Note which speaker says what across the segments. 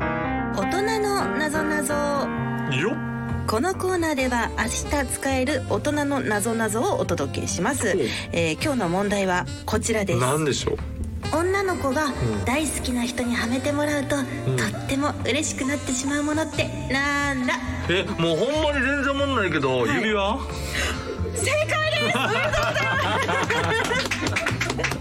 Speaker 1: 大人のなぞなぞ
Speaker 2: よっ
Speaker 1: このコーナーでは明日使える大人のなぞなぞをお届けします、
Speaker 2: うん
Speaker 1: えー今日の問題はこちらです
Speaker 2: なんでしょう
Speaker 1: 女の子が
Speaker 2: ん
Speaker 1: 大好きな人にはめてもらうと、と
Speaker 2: ん
Speaker 1: っても嬉しくなってしまうものってなんだ
Speaker 2: えもうほんまに全然もんないけど、
Speaker 1: い
Speaker 2: 指輪
Speaker 1: 正解 ですおめでとうございます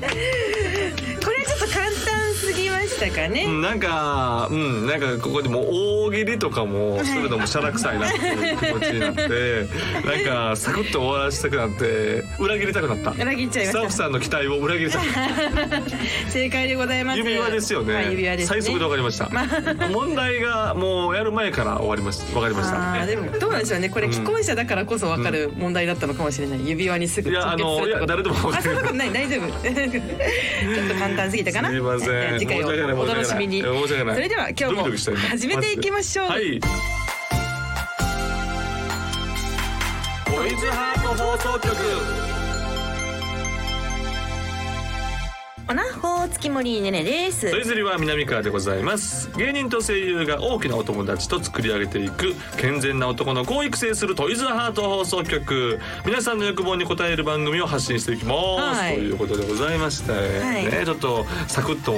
Speaker 1: これちょっと簡単すぎましたかね、
Speaker 2: うんなんかうんなんかここでもう大喜利とかもするのもしゃらくさいなっていう気持ちになってなんかサクッと終わらせたくなって裏切りたくなった
Speaker 1: 裏切っちゃいまし
Speaker 2: スタッ
Speaker 1: た
Speaker 2: フさんの期待を裏切りたくなっ
Speaker 1: 正解でござい ま
Speaker 2: た
Speaker 1: す
Speaker 2: 指輪ですよね,、
Speaker 1: はい指輪ですね
Speaker 2: 最速で分かりました、問題がもうやる前から終わりました分かりまし
Speaker 1: あ
Speaker 2: た
Speaker 1: ーでもどうなんでしょうねこれ
Speaker 2: うん
Speaker 1: 既婚者だからこそ分かる問題だったのかもしれない、指輪にすぐ
Speaker 2: いやあのいや誰でも分か
Speaker 1: あそん
Speaker 2: る
Speaker 1: なことない大丈夫 ちょっと簡単すぎたかな
Speaker 2: すいません
Speaker 1: じゃあ次回を
Speaker 2: 申し訳ない
Speaker 1: お楽しみに
Speaker 2: 申し訳ない
Speaker 1: それでは今日も
Speaker 2: ドキドキした今
Speaker 1: 始めていきましょう
Speaker 2: はいボイズハート放送局
Speaker 1: おなほ月森ねねです
Speaker 2: それぞれは南川でございます芸人と声優が大きなお友達と作り上げていく健全な男の子を育成するトイズハート放送局皆さんの欲望に応える番組を発信していきます、
Speaker 1: はい
Speaker 2: ということでございまして、
Speaker 1: い
Speaker 2: ねちょっとサクッと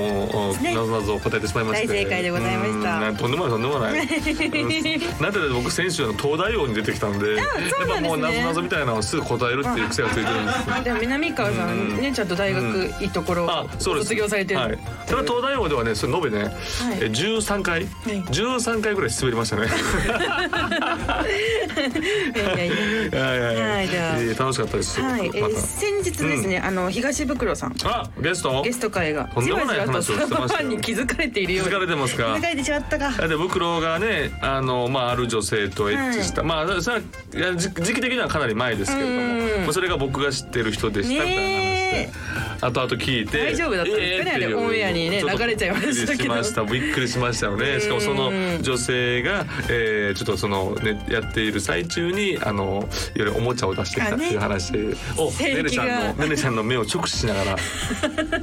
Speaker 1: ね
Speaker 2: なぞなぞを答えてしまいまして
Speaker 1: 大正解でございました
Speaker 2: うんなんとんでもないとんでも ないうんなんでだって僕先週の東大王に出てきたんで
Speaker 1: そう
Speaker 2: や
Speaker 1: な
Speaker 2: っぱ
Speaker 1: んですね
Speaker 2: もうなぞなぞみたいなのをすぐ答えるっていう癖がついてるんです
Speaker 1: でも南川さんねちゃんと大学いいところ
Speaker 2: あ、そうです。
Speaker 1: 卒業されてる
Speaker 2: はい。ただ東大王ではね、それ延べね、え13回、13回ぐらい 滑りましたね。
Speaker 1: いやいやいや
Speaker 2: はいはいは
Speaker 1: はい
Speaker 2: い
Speaker 1: じゃあ
Speaker 2: えー楽しかったです。
Speaker 1: はい、えー
Speaker 2: ま
Speaker 1: 先日ですね、あの東袋さん
Speaker 2: たあ、ゲスト。
Speaker 1: ゲスト会が
Speaker 2: とん
Speaker 1: じ
Speaker 2: でも
Speaker 1: わじ
Speaker 2: ない
Speaker 1: わと
Speaker 2: 話を
Speaker 1: そ
Speaker 2: してま
Speaker 1: の
Speaker 2: したよ
Speaker 1: ファンに気づかれている
Speaker 2: 気
Speaker 1: よう
Speaker 2: づ
Speaker 1: で
Speaker 2: かれてますか。
Speaker 1: れてしまったか
Speaker 2: でブクロがねあの、まあ、ある女性とエッチした、まあさいや時時期的にはかなり前ですけれど
Speaker 1: う
Speaker 2: も
Speaker 1: ん
Speaker 2: まあそれが僕が知ってる人でしたみたいな話で
Speaker 1: ね
Speaker 2: 後々聞いて
Speaker 1: 大丈夫だったんですかね
Speaker 2: えーっていう
Speaker 1: あれオンエアにね
Speaker 2: ょっと
Speaker 1: 流れちゃいましたけど
Speaker 2: びっくりしましたびっくりしましたよねしかもその女性が、えーちょっとその、ね、やっている最中にあのいわゆるおもちゃを出してきたっていう話を
Speaker 1: 性
Speaker 2: ねね
Speaker 1: 癖
Speaker 2: ち
Speaker 1: が
Speaker 2: ゃんのねねちゃんの目を直視しなが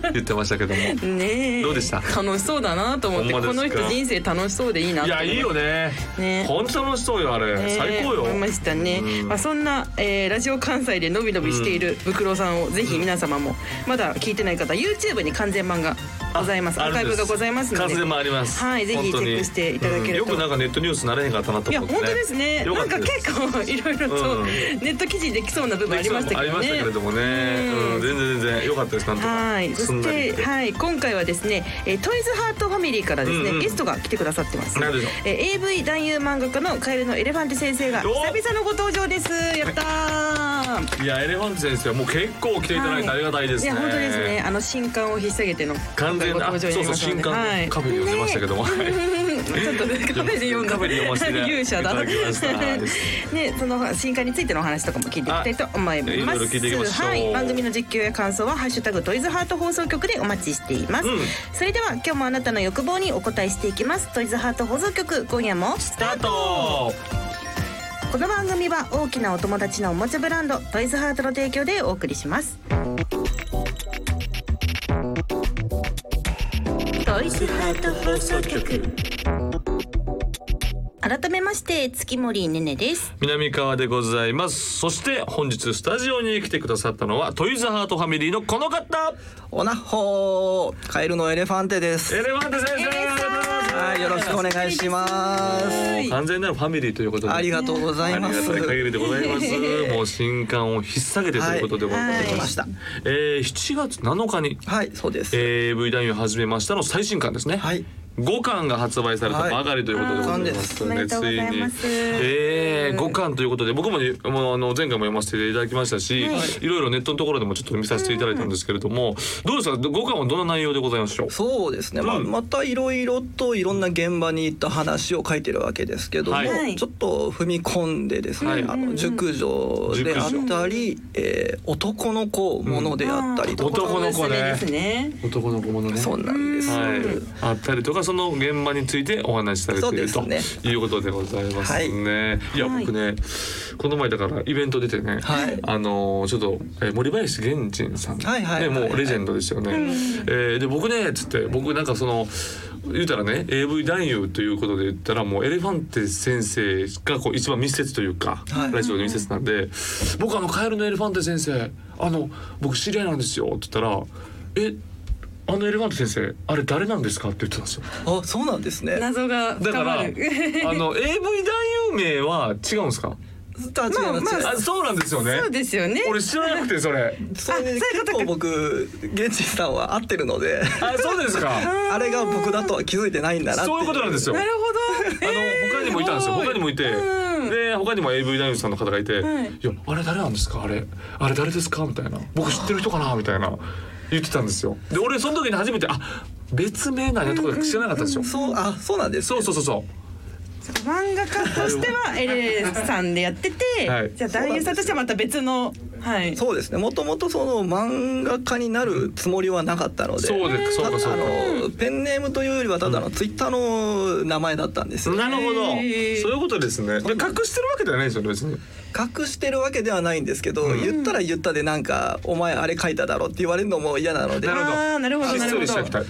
Speaker 2: ら言ってましたけども
Speaker 1: えねえ
Speaker 2: どうでした
Speaker 1: 楽しそうだなと思って
Speaker 2: ほ
Speaker 1: こ
Speaker 2: んまです
Speaker 1: の
Speaker 2: か
Speaker 1: 人人生楽しそうでいいなっ
Speaker 2: い
Speaker 1: て
Speaker 2: やいいよね
Speaker 1: ね
Speaker 2: 本当楽しそうよあれ、
Speaker 1: ね
Speaker 2: 最高よ
Speaker 1: 思いましたね、
Speaker 2: うん
Speaker 1: まあ、そんな、えーラジオ関西でのびのびしているブクロさんを、ぜひ皆様もまだ聞いてない方 YouTube に完全版がございますア
Speaker 2: あ
Speaker 1: ーカイブがございますので
Speaker 2: あるんです完全版あります
Speaker 1: はいぜひチェックしていただけると、
Speaker 2: 本当にうんよくなんかネットニュースなれへんかったなと
Speaker 1: いや
Speaker 2: 思っ
Speaker 1: 本
Speaker 2: て、ね、
Speaker 1: 当ですね
Speaker 2: よ
Speaker 1: な
Speaker 2: かっ
Speaker 1: ん
Speaker 2: た
Speaker 1: か
Speaker 2: です
Speaker 1: 結構いろいろと、
Speaker 2: うん
Speaker 1: ネット記事にできそうな部分ありました
Speaker 2: あ
Speaker 1: け
Speaker 2: り
Speaker 1: ど
Speaker 2: ましたけれ
Speaker 1: ね
Speaker 2: どもね、
Speaker 1: うん
Speaker 2: うん全然全然良かったですなんとか
Speaker 1: はい、そ
Speaker 2: すん
Speaker 1: し
Speaker 2: なり
Speaker 1: て、はい、今回はですね、えートイズハートファミリーからですね、
Speaker 2: うんうん
Speaker 1: ゲストが来てくださってます。
Speaker 2: なるほど
Speaker 1: えー AV 男優漫画家のカエルのエレファンテ先生が久
Speaker 2: お
Speaker 1: 々のご登場です。やったー。
Speaker 2: いやエレファント先生はもう結構来ていただいてありがたいですね、
Speaker 1: いや本当ですね。あの新刊を引っ提げての
Speaker 2: 完全
Speaker 1: ご
Speaker 2: なあ
Speaker 1: 登
Speaker 2: そ
Speaker 1: 場
Speaker 2: う
Speaker 1: になり
Speaker 2: そ
Speaker 1: ますの
Speaker 2: う新
Speaker 1: で、
Speaker 2: 刊カフェに出ましたけども、はい
Speaker 1: ちょっとねカフェで読んだ
Speaker 2: カフェで読ませていただ
Speaker 1: 勇者だ
Speaker 2: いただきましたはい
Speaker 1: ねその進化についてのお話とかも聞いていきたいと思います
Speaker 2: あいろいろ聞いていきましょう
Speaker 1: はい、番組の実況や感想は「ハッシュタグトイズハート放送局」でお待ちしています、
Speaker 2: うん
Speaker 1: それでは今日もあなたの欲望にお答えしていきますトイズハート放送局今夜もス
Speaker 2: スタート
Speaker 1: この番組は大きなお友達のおもちゃブランドトイズハートの提供でお送りしますトイズハート放送局改めまして月森ねねです
Speaker 2: 南川でございますそして本日スタジオに来てくださったのはトイズハートファミリーのこの方
Speaker 3: おなっほーカエルのエレファンテです
Speaker 2: エレファント先生ありがとうございます
Speaker 3: はいよろしくお願いします
Speaker 2: もう完全なるファミリーということで
Speaker 3: ありがとうございます
Speaker 2: ありがたい限りでございます。もう新刊を引っ提げてということでござい
Speaker 1: は
Speaker 2: ます。
Speaker 1: いはい
Speaker 3: 来ました
Speaker 2: えー7月7日に
Speaker 3: はいそうです、
Speaker 2: AV 男優始めましたの最新刊ですね。
Speaker 3: はい
Speaker 2: 5巻が発売されたばかりということでございます
Speaker 1: はいあー
Speaker 2: つ
Speaker 1: おめでとうございます
Speaker 2: えー、5巻ということで僕もねもうあの前回も読ませていただきましたし、、
Speaker 1: はい
Speaker 2: ろいろネットのところでもちょっと見させていただいたんですけれども、どうですか5巻はどんな内容でございましょう
Speaker 3: そうですね、まあ、
Speaker 2: うん
Speaker 3: またいろいろといろんな現場に行った話を書いてるわけですけども、
Speaker 2: はい
Speaker 3: ちょっと踏み込んでですね、
Speaker 2: はい
Speaker 3: あの熟女であったり、えー男の子ものであったりとか、
Speaker 2: 男の
Speaker 1: 娘
Speaker 2: 子ね
Speaker 1: ですね
Speaker 2: 男の子ものね。
Speaker 3: そうなんです、
Speaker 2: はい、あったりとかその現場についてお話しされている、
Speaker 3: そうです
Speaker 2: ということでございますね。い、や僕ねこの前だからイベント出てね、
Speaker 3: はい
Speaker 2: あのーちょっと、えー森林源人さん、
Speaker 3: はいはい
Speaker 2: ね
Speaker 3: はい
Speaker 2: もうレジェンドですよね。えーで僕ねっつって僕なんかその言うたらね AV 男優ということで言ったらもうエレファンテ先生がこう一番密接というか、
Speaker 3: はい
Speaker 2: ラジオで密接なんで「僕あのカエルのエレファンテ先生あの僕知り合いなんですよ」って言ったら「えあのエレファンテ先生あれ誰なんですか?」って言ってたんですよ。
Speaker 3: あそうなんですね
Speaker 1: 謎が
Speaker 2: だか
Speaker 1: 深
Speaker 2: ら あ
Speaker 1: まる。
Speaker 2: の AV 男優名は違うんですか
Speaker 3: あ違います
Speaker 1: まあま
Speaker 2: あそうなんですよね
Speaker 1: そうですよね。
Speaker 2: 俺知らなくてそれ
Speaker 3: それで
Speaker 1: あそういう
Speaker 3: 結
Speaker 1: ことか
Speaker 3: 構僕現地さんは合ってるので
Speaker 2: あそうです か
Speaker 3: あれが僕だとは気づいてないんだなって
Speaker 2: そういうことなんですよ
Speaker 1: なるほ
Speaker 2: あ
Speaker 1: ど。
Speaker 2: の他にもいたんですよ
Speaker 1: すごい
Speaker 2: 他にもいて、
Speaker 1: うん
Speaker 2: で他にも AV 男優さんの方がいて「
Speaker 1: はい
Speaker 2: い、やあれ誰なんですかあれあれ誰ですか?」みたいな「僕知ってる人かな?」みたいな言ってたんですよで俺その時に初めて「あ別名なんや」とか知らなかったんですよ、
Speaker 3: そうあそうなんです
Speaker 2: そうそうそうそ
Speaker 1: 漫画家としてはエレさんでやってて、
Speaker 2: はい
Speaker 1: じゃあ男優さんとしてはまた別のはい。
Speaker 3: そうですねもともとその漫画家になるつもりはなかったの
Speaker 2: う
Speaker 3: で
Speaker 2: そうですそう
Speaker 3: た
Speaker 2: かそう
Speaker 3: だあ
Speaker 2: か
Speaker 3: のペンネームというよりはただのツイッターの名前だったんですよ
Speaker 2: なるほどそう
Speaker 1: へー
Speaker 2: いうことですねで隠してるわけではないですよね別に
Speaker 3: 隠してるわけではないんですけど、言ったら言ったでなんか「お前あれ書いただろ」って言われるのも嫌なので
Speaker 2: なるほど
Speaker 1: あーなるほど
Speaker 2: ひっそりし
Speaker 1: なるほ
Speaker 2: ておき
Speaker 1: ど
Speaker 2: たい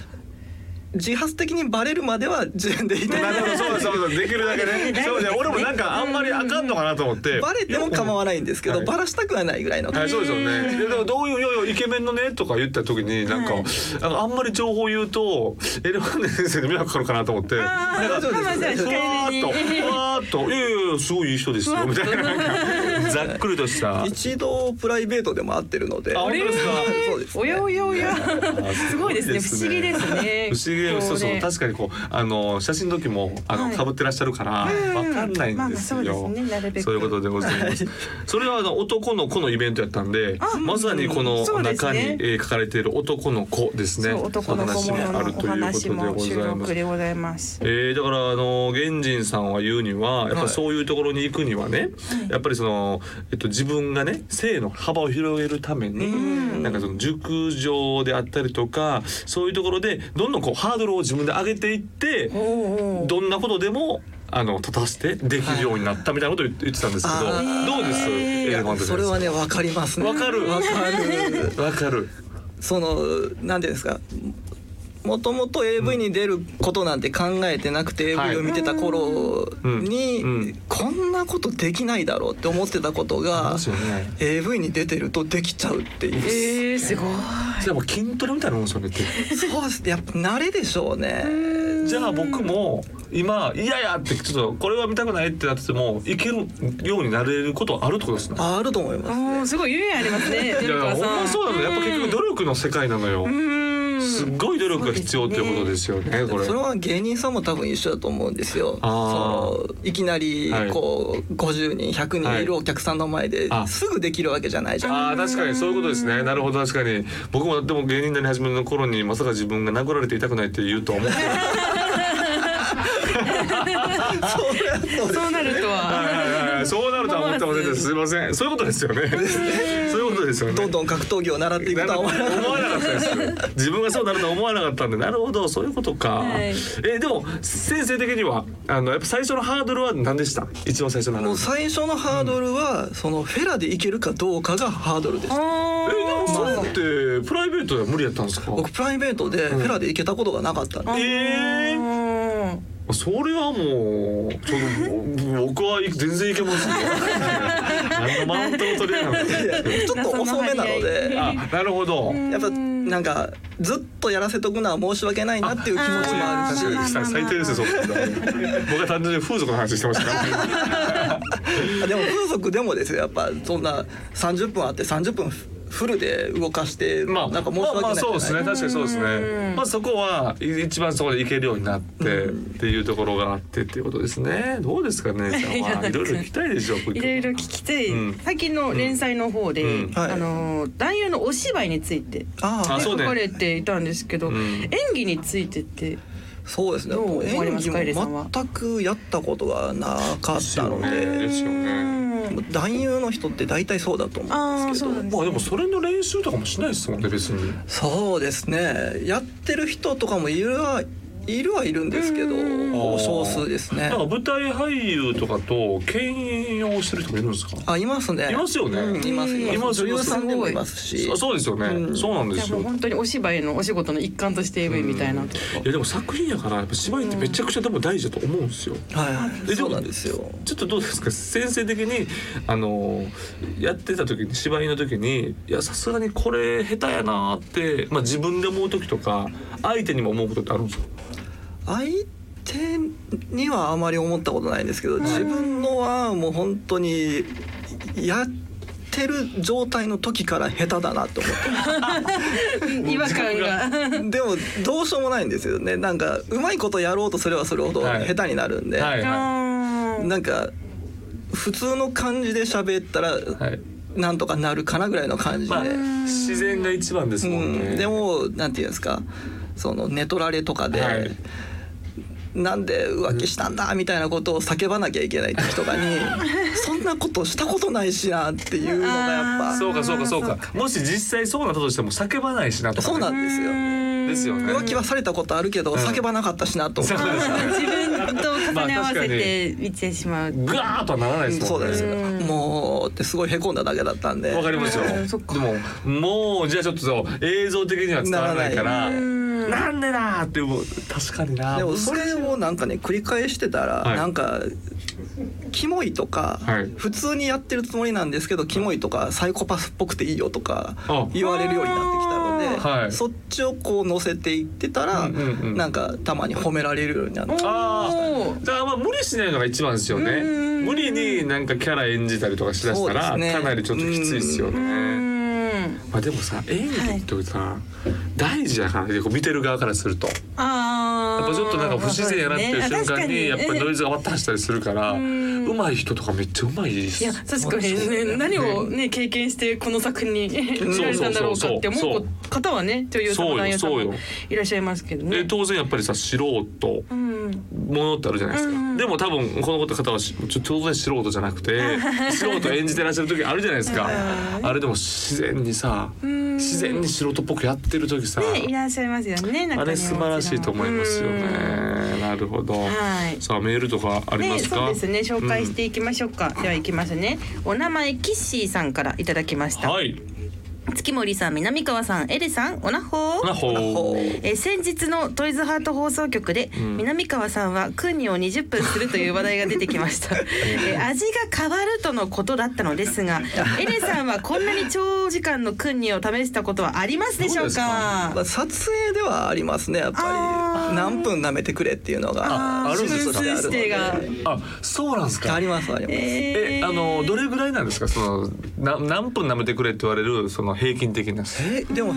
Speaker 3: 自発的にバレるまでは自分で言って
Speaker 2: なるほどそうですそうですできるだけ ねそうね俺もなんかあんまりあかんのかなと思って
Speaker 3: バレても構わないんですけど、
Speaker 2: はい
Speaker 3: バラしたくはないぐらいの、
Speaker 2: はい、そうですよね。で、だからどういう、いやいや、イケメンのねとか言った時に、なんか、
Speaker 1: はい
Speaker 2: あのあんまり情報言うと。エレファンテ先生に迷惑かかるかなと思って。
Speaker 1: あ
Speaker 2: な
Speaker 1: ー
Speaker 2: んか
Speaker 1: まあまあじゃあ
Speaker 2: ふ
Speaker 1: 控え
Speaker 2: わ
Speaker 1: め
Speaker 2: ー
Speaker 1: に
Speaker 2: っ と、ふわーっと、いやいやいや、すごいいい人ですよみたいな、なんかざっくりとした。
Speaker 3: 一度プライベートでも会ってるので
Speaker 2: あ本当ですか
Speaker 3: はいそうです
Speaker 1: おやおやおや。すごいですね。不思議ですね。
Speaker 2: 不思議でそうそう確かにこうあの写真の時もあの
Speaker 1: はい
Speaker 2: 被ってらっしゃるからわかんないんです
Speaker 1: まあまあ
Speaker 2: よ
Speaker 1: そうですねなるべ。く
Speaker 2: そういうことでござい ます。それはあの男の子のイベントやったんで
Speaker 1: あ、
Speaker 2: まさにこの
Speaker 1: そうです
Speaker 2: 中に
Speaker 1: ね
Speaker 2: えー書かれている男の子ですね。
Speaker 1: そう男の子もの
Speaker 2: お話もあ
Speaker 1: のお
Speaker 2: るというこ
Speaker 1: 話
Speaker 2: とで
Speaker 1: も
Speaker 2: ご
Speaker 1: 収
Speaker 2: ざいま
Speaker 1: 録
Speaker 2: す。
Speaker 1: でございます。
Speaker 2: えー、だからあの源人さんは言うにはやっ
Speaker 3: は
Speaker 2: ぱ
Speaker 3: い
Speaker 2: そういうところに行くにはね、やっぱりその、えっと、自分がね性の幅を広げるために、なんかその熟女であったりとかそういうところでどんどんこうハードルを自分で上げていって
Speaker 1: おお。
Speaker 2: どんなことでもあの立たせてできるようになったみたいなことを言って言ってたんですけど、
Speaker 3: あー
Speaker 2: どうです
Speaker 1: えー
Speaker 2: エレファント先生
Speaker 3: それはね分かりますね
Speaker 2: わかる
Speaker 3: わかる
Speaker 2: わか る
Speaker 3: そのなんていうんですかもともと AV に出ることなんて考えてなくて
Speaker 2: はい
Speaker 3: AV を見てた頃に、
Speaker 2: うんうん
Speaker 3: こんなことできないだろうって思ってたことが
Speaker 2: ですよね
Speaker 3: AV に出てるとできちゃうっていう、
Speaker 1: えー、すごい。
Speaker 2: じゃあもう筋トレみたいなもんですよねって
Speaker 3: そうですねやっぱ慣れでしょうね
Speaker 2: じゃあ僕も今「いやいや」ってちょっとこれは見たくないってなっててもいけるようになれることはあるってことですね。
Speaker 3: あると思いますね
Speaker 1: おおすごい夢ありますね。
Speaker 2: いやいやほんまそうなのやっぱ結局努力の世界なのよ。
Speaker 1: うん。
Speaker 2: すっごい努力が必要ということですよねこれ。
Speaker 3: それは芸人さんも多分一緒だと思うんですよ。そ
Speaker 2: あー
Speaker 3: のいきなり
Speaker 2: はい
Speaker 3: こう50人100人いるお客さんの前で
Speaker 2: あ
Speaker 3: すぐできるわけじゃないじゃん。
Speaker 2: あー確かにそういうことですねなるほど確かに僕もでも芸人になり始めの頃にまさか自分が殴られて痛くないって言うとは思ってなか っ
Speaker 3: そうやそうです
Speaker 1: そうなると
Speaker 2: たはい
Speaker 1: は。
Speaker 2: はいはいそうなるとは思ってませんでしたすいませんそういうことですよねそういうことですよね
Speaker 3: どんどん格闘技を習っていくとは思わなかっ
Speaker 2: 思わなかったです自分がそうなるとは思わなかったんでなるほどそういうことか、
Speaker 1: はい
Speaker 2: えーでも先生的にはあのやっぱ最初のハードルは何でした一番最初のハー
Speaker 3: た。
Speaker 2: ド
Speaker 3: もう
Speaker 2: ル
Speaker 3: 最初のハードルはそのフェラでいけるかどうかがハードルで
Speaker 1: お
Speaker 3: す。
Speaker 2: えーでもそ
Speaker 1: お。
Speaker 2: れってプライベートでは無理やったんですか
Speaker 3: 僕プライベートでフェラでいけたことがなかったんで
Speaker 2: ええー
Speaker 1: ー。
Speaker 2: それはもうちょっと僕は全然いけますよあのマウントを取りながら
Speaker 3: いやちょっと遅めなので。
Speaker 2: あなるほど
Speaker 3: やっぱなんかずっとやらせとくのは申し訳ないなっていう気持ちもあるし
Speaker 1: あーまあまあまあ
Speaker 2: 最低ですよそんなの僕は単純に風俗の話してましたから
Speaker 3: あでも風俗でもですよやっぱそんな30分あって30分フルで動かして、
Speaker 2: まあ、
Speaker 3: なんか申し訳
Speaker 2: まあまあ
Speaker 3: ないじゃ
Speaker 2: そう
Speaker 3: ない
Speaker 2: ですね確かにそうですねまあそこはい一番そこでいけるようになってっていうところがあってっていうことですねどうですかねじゃあまあいろいろ聞きたいでしょう
Speaker 1: いろいろ聞きたい、
Speaker 2: うん
Speaker 1: 最近の連載の方で、
Speaker 2: うん
Speaker 3: はい
Speaker 1: あの男優のお芝居について
Speaker 3: ああ
Speaker 2: あ
Speaker 1: 書
Speaker 2: そうね
Speaker 1: かれていたんですけど、
Speaker 2: うん
Speaker 1: 演技についてって
Speaker 3: そうですね
Speaker 1: どう
Speaker 3: もう
Speaker 1: 思われますかエ
Speaker 3: 演
Speaker 1: レ
Speaker 3: 技
Speaker 1: さんは
Speaker 3: も全くやったことがなかったの
Speaker 2: で
Speaker 3: です
Speaker 2: よね
Speaker 3: もう男優の人って大体そうだと思うんですけ
Speaker 1: あーそうな
Speaker 3: ど
Speaker 1: ん
Speaker 2: まあでもそれの練習とかもしないですもんね別に
Speaker 3: そうですねやってる人とかもいるはいるはいるんですけど
Speaker 1: うん
Speaker 2: うんうん
Speaker 3: 少数ですね
Speaker 2: なんか舞台俳優とかと兼用してる人もいるんですか
Speaker 3: あいますね
Speaker 2: いますよね、
Speaker 3: うんいますい
Speaker 2: いま
Speaker 3: ますす
Speaker 2: い
Speaker 3: 女
Speaker 2: ま
Speaker 3: 優
Speaker 2: す
Speaker 3: さんでもいますし
Speaker 2: そそうですよね、
Speaker 3: うん
Speaker 2: そうなんで
Speaker 1: じゃあ
Speaker 2: す
Speaker 1: も
Speaker 2: よ
Speaker 1: う
Speaker 2: い
Speaker 1: 本当にお芝居のお仕事の一環として AV みたいなとこ
Speaker 2: やでも作品やからやっぱ芝居ってめちゃくちゃ多分大事だと思うんですよ
Speaker 3: はいは
Speaker 2: え
Speaker 3: いそうなんですよ
Speaker 2: ちょっとどうですか先生的にあのやってた時に芝居の時にいやさすがにこれ下手やなーって、まあ、自分で思う時とか相手にも思うことってあるんですか
Speaker 3: 相手にはあまり思ったことないんですけど自分のはもう本当にやってる状態の時から下手だなと思って
Speaker 1: 違和 感が
Speaker 3: でもどうしようもないんですよねなんかうまいことやろうとすればそれほど
Speaker 2: はい
Speaker 3: 下手になるんで、
Speaker 2: はいは
Speaker 1: あー
Speaker 3: なんか普通の感じで喋ったら
Speaker 2: い、はい
Speaker 3: なんとかなるかなぐらいの感じで、
Speaker 2: まあ自然が一番です
Speaker 3: う
Speaker 2: もんね、
Speaker 3: ん、でもなんていうんですかその寝取られとかで、
Speaker 2: はい
Speaker 3: なんで浮気したんだみたいなことを叫ばなきゃいけない時とかに そんなことしたことないしなっていうのがやっぱ
Speaker 2: そうかそうかそうかもし実際そうなったとしても叫ばないしなとかね
Speaker 3: そうなんですよ。
Speaker 2: ですよね
Speaker 3: 浮気はされたことあるけど
Speaker 2: ん
Speaker 3: 叫ばなかったしなと思って
Speaker 2: そうですよね
Speaker 1: 自分と重ね合わ
Speaker 2: ま
Speaker 1: せ
Speaker 2: あ確か
Speaker 1: て見てしまう。
Speaker 2: ガーッとはならないです
Speaker 3: そ
Speaker 2: も
Speaker 3: うん
Speaker 2: ね
Speaker 3: なんですよもうってすごいへこんだだけだったんで
Speaker 2: わかりますよ
Speaker 1: うんそっか
Speaker 2: でももうじゃあちょっとそう映像的には伝わらないからな
Speaker 3: ならない
Speaker 1: うん
Speaker 2: んでなーってもう確かにな
Speaker 3: でもそれをなんかね繰り返してたら、
Speaker 2: はい
Speaker 3: なんかキモいとか、
Speaker 2: はい
Speaker 3: 普通にやってるつもりなんですけどキモいとかサイコパスっぽくていいよとか
Speaker 2: あ
Speaker 3: 言われるようになってきたので、
Speaker 2: はい
Speaker 3: そっちをこう乗せていってたら、
Speaker 2: うんうんうん
Speaker 3: なんかたまに褒められるようになって
Speaker 1: おー
Speaker 2: あーだからまあ無理しないのが一番ですよね
Speaker 1: うんうんうん
Speaker 2: 無理になんかキャラ演じたりとかしだしたら
Speaker 3: そ
Speaker 2: か
Speaker 3: うですね
Speaker 2: なりちょっときついですよ
Speaker 1: う
Speaker 2: ね
Speaker 1: ん
Speaker 2: まあでもさ演技ってさ、大事やからねこう見てる側からすると
Speaker 1: あ
Speaker 2: やっぱちょっとなんか不自然やなっていう瞬間にやっぱりノイ
Speaker 1: ズ
Speaker 2: ズがわったりしたりするから
Speaker 1: うん
Speaker 2: 上手い人とかめっちゃ上手いです
Speaker 1: いや確かに ね何をね経験してこの作品に 見られたんだろうかって思う方はね女優さんも男優さん
Speaker 2: そうよ
Speaker 1: も
Speaker 2: そうよ
Speaker 1: いらっしゃいますけど
Speaker 2: で
Speaker 1: ね。
Speaker 2: 当然やっぱりさ素人
Speaker 1: うん
Speaker 2: ものってあるじゃないですか、
Speaker 1: うんうん
Speaker 2: でも多分この方はしちょ当然素人じゃなくて素人演じてらっしゃる時あるじゃないですかあれでも自然にさ
Speaker 1: うん
Speaker 2: 自然に素人っぽくやってる時さ
Speaker 1: ねいらっしゃいますよね。中には
Speaker 2: あれ素晴らしいと思いますよね
Speaker 1: うん
Speaker 2: なるほど
Speaker 1: はい
Speaker 2: さあメールとかあり
Speaker 1: ね、
Speaker 2: ます
Speaker 1: そ
Speaker 2: か
Speaker 1: うですね紹介していきましょうか、では行きますねお名前キッシーさんからいただきました、
Speaker 2: はい
Speaker 1: 月森さん南川さんエレさんおなほー
Speaker 2: なほ
Speaker 3: こう
Speaker 1: えー先日のトイズハート放送局で、
Speaker 2: ん
Speaker 1: 南川さんは訓練を20分するという話題が出てきま した、えー味が変わるとのことだったのです がエレさんはこんなに長時間の訓練を試したことはありますでしょうか
Speaker 3: まあ、撮影ではありますねやっ
Speaker 1: あ
Speaker 3: ぱ
Speaker 1: ー
Speaker 3: り何分舐めてくれっていうの
Speaker 2: あ
Speaker 3: が
Speaker 2: あるんですか
Speaker 3: 手術としてあ
Speaker 1: 分
Speaker 3: る
Speaker 1: 数
Speaker 3: の
Speaker 1: 指
Speaker 3: で
Speaker 2: あそうなんですか
Speaker 3: ありますあり ます、
Speaker 1: え
Speaker 2: え
Speaker 1: ー
Speaker 2: あのどれぐらいなんですかそのな何分舐めてくれって言われるその平均的な
Speaker 3: えでも